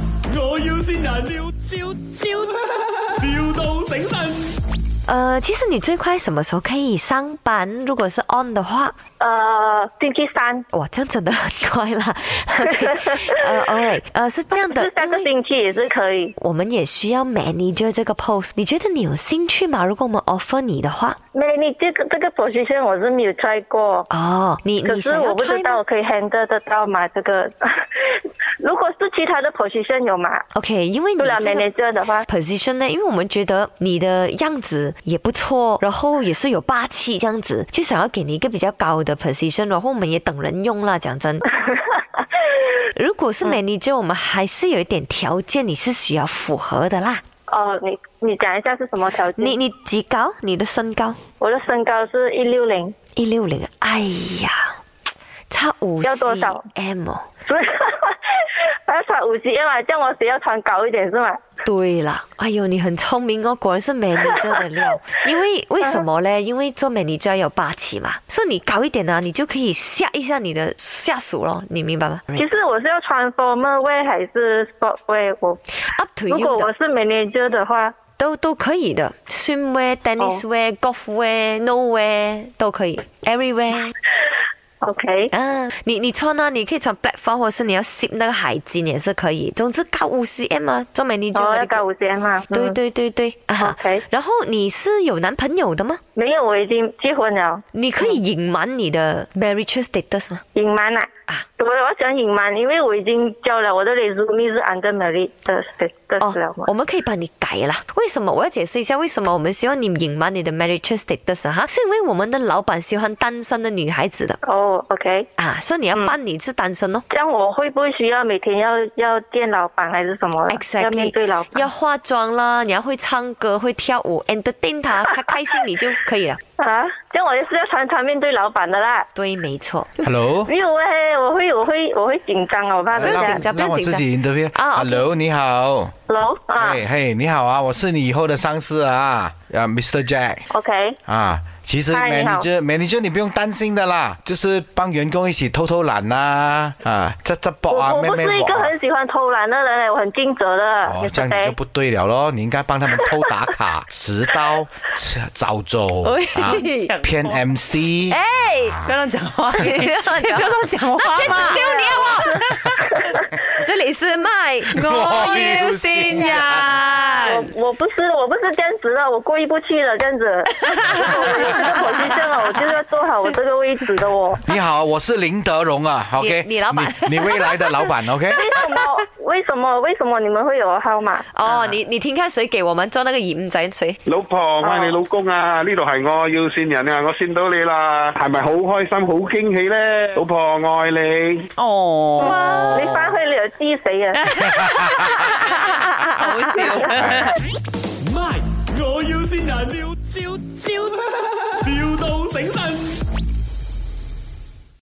要先人，笑笑笑，,笑到醒神。呃，其实你最快什么时候可以上班？如果是 on 的话，呃，星期三，哇，这样真的很快啦。OK，呃，alright，呃，是这样的 是，下因个为星期也是可以。我们也需要 manager 这个 post，你觉得你有兴趣吗？如果我们 offer 你的话，没，你这个这个 position 我是没有 try 过，哦，你可你是想要我不 try 知道吗我可以 handle 得到吗？这个， 如果是其他的 position 有吗？ ？OK，因为你除了这个 manager 的话， position 呢，因为我们觉得你的样子也不错，然后也是有霸气这样子，就想要给你一个比较高的 position，然后我们也等人用啦，讲 真。如果是 manager，、我们还是有一点条件，你是需要符合的啦。哦，你你讲一下是什么条件？你你几高？你的身高我的身高是一六零， 一六零，哎呀，差五要 c 多少 m 哦。所以还要穿五级嘛，这样我只要穿高一点是吗？对啦，哎呦，你很聪明哦，果然是 manager 的料。 因为为什么呢？因为做 manager 有霸气嘛，所以你高一点呢、你就可以吓一下你的下属咯，你明白吗其实我是要穿 formal wear 还是 sport wear？我？Up to 如果 you 我的，是 manager 的话，都都可以的，swim wear、tennis 哦 wear、golf wear、no wear 都可以，everywhere。 OK，啊，你你穿呢、你可以穿 platform，或是你要 zip 那个海巾也是可以。总之高五 cm 啊，做 manager 的哦，要那个高五千嘛？嗯对，对对对啊 OK 然后你是有男朋友的吗？没有，我已经结婚了，你可以嗯隐瞒你的 marital status 吗？隐瞒了。啊，我我想隐瞒，因为我已经交了我的 resume 是 under merit 的 status 了哦嘛。我们可以帮你改啦。为什么？我要解释一下，为什么我们希望你隐瞒你的 marital status 啊哈？是因为我们的老板喜欢单身的女孩子的哦、o k 啊，所以你要扮你是单身哦。这样我会不会需要每天要要见老板还是什么啊嗯要面 Exactly，对老板要化妆啦，你要会唱歌、会跳舞，entertain 他， 他开心你就可以了。啊？这样我就是要常常面对老板的啦。对，没错。 Hello，没有哎、我会我会我会紧张啊，我怕不等要一紧下。张不要让我紧张自己 interview。啊，OK Hello，你好。 Hello 啊嘿嘿，你好啊，我是你以后的上司啊，啊，Mr. Jack。 ，OK，啊，其实嗨你好 manager manager 你不用担心的啦，就是帮员工一起偷偷懒呐、啊，啊，这这我搏啊，我妹不妹是一搏个啊。很喜欢偷懒的人欸，我很尽责的。哦，你这样你就不对了咯，你应该帮他们偷打 卡、迟到、迟早走哎啊讲话，骗 MC。哎，不要乱讲话， 不 不要乱讲要乱讲话 嘛！丢脸我！ 这里是麦。我要先人，我我不是我不是这样子的，我过意不去的这样子。我是这样了，我就是要做好我这个位置的我。你好，我是林德荣啊，OK，你老板你，你未来的老板，OK。 为什么？为什么？为什么你们会有我号码？哦，你你听开水给我们做那个盐仔水，老婆，我系你老公啊！呢度系我要线人啊，我线到你啦，系咪好开心、好惊喜呢？老婆，我爱你。哦，你发挥你有激谁啊？好笑。卖！我要先人，笑笑笑，,笑到醒神。